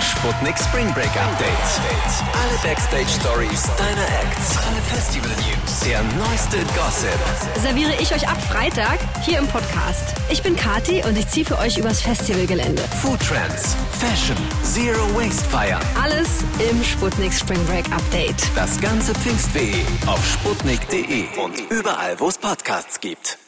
Sputnik Spring Break Updates. Alle Backstage-Stories deiner Acts. Alle Festival-News. Der neueste Gossip. serviere ich euch ab Freitag hier im Podcast. Ich bin Kati und ich ziehe für euch übers Festivalgelände. Food Trends. Fashion. Zero Waste Fire. Alles im Sputnik Spring Break Update. eh Das ganze Pfingstweh auf sputnik.de und überall, wo es Podcasts gibt.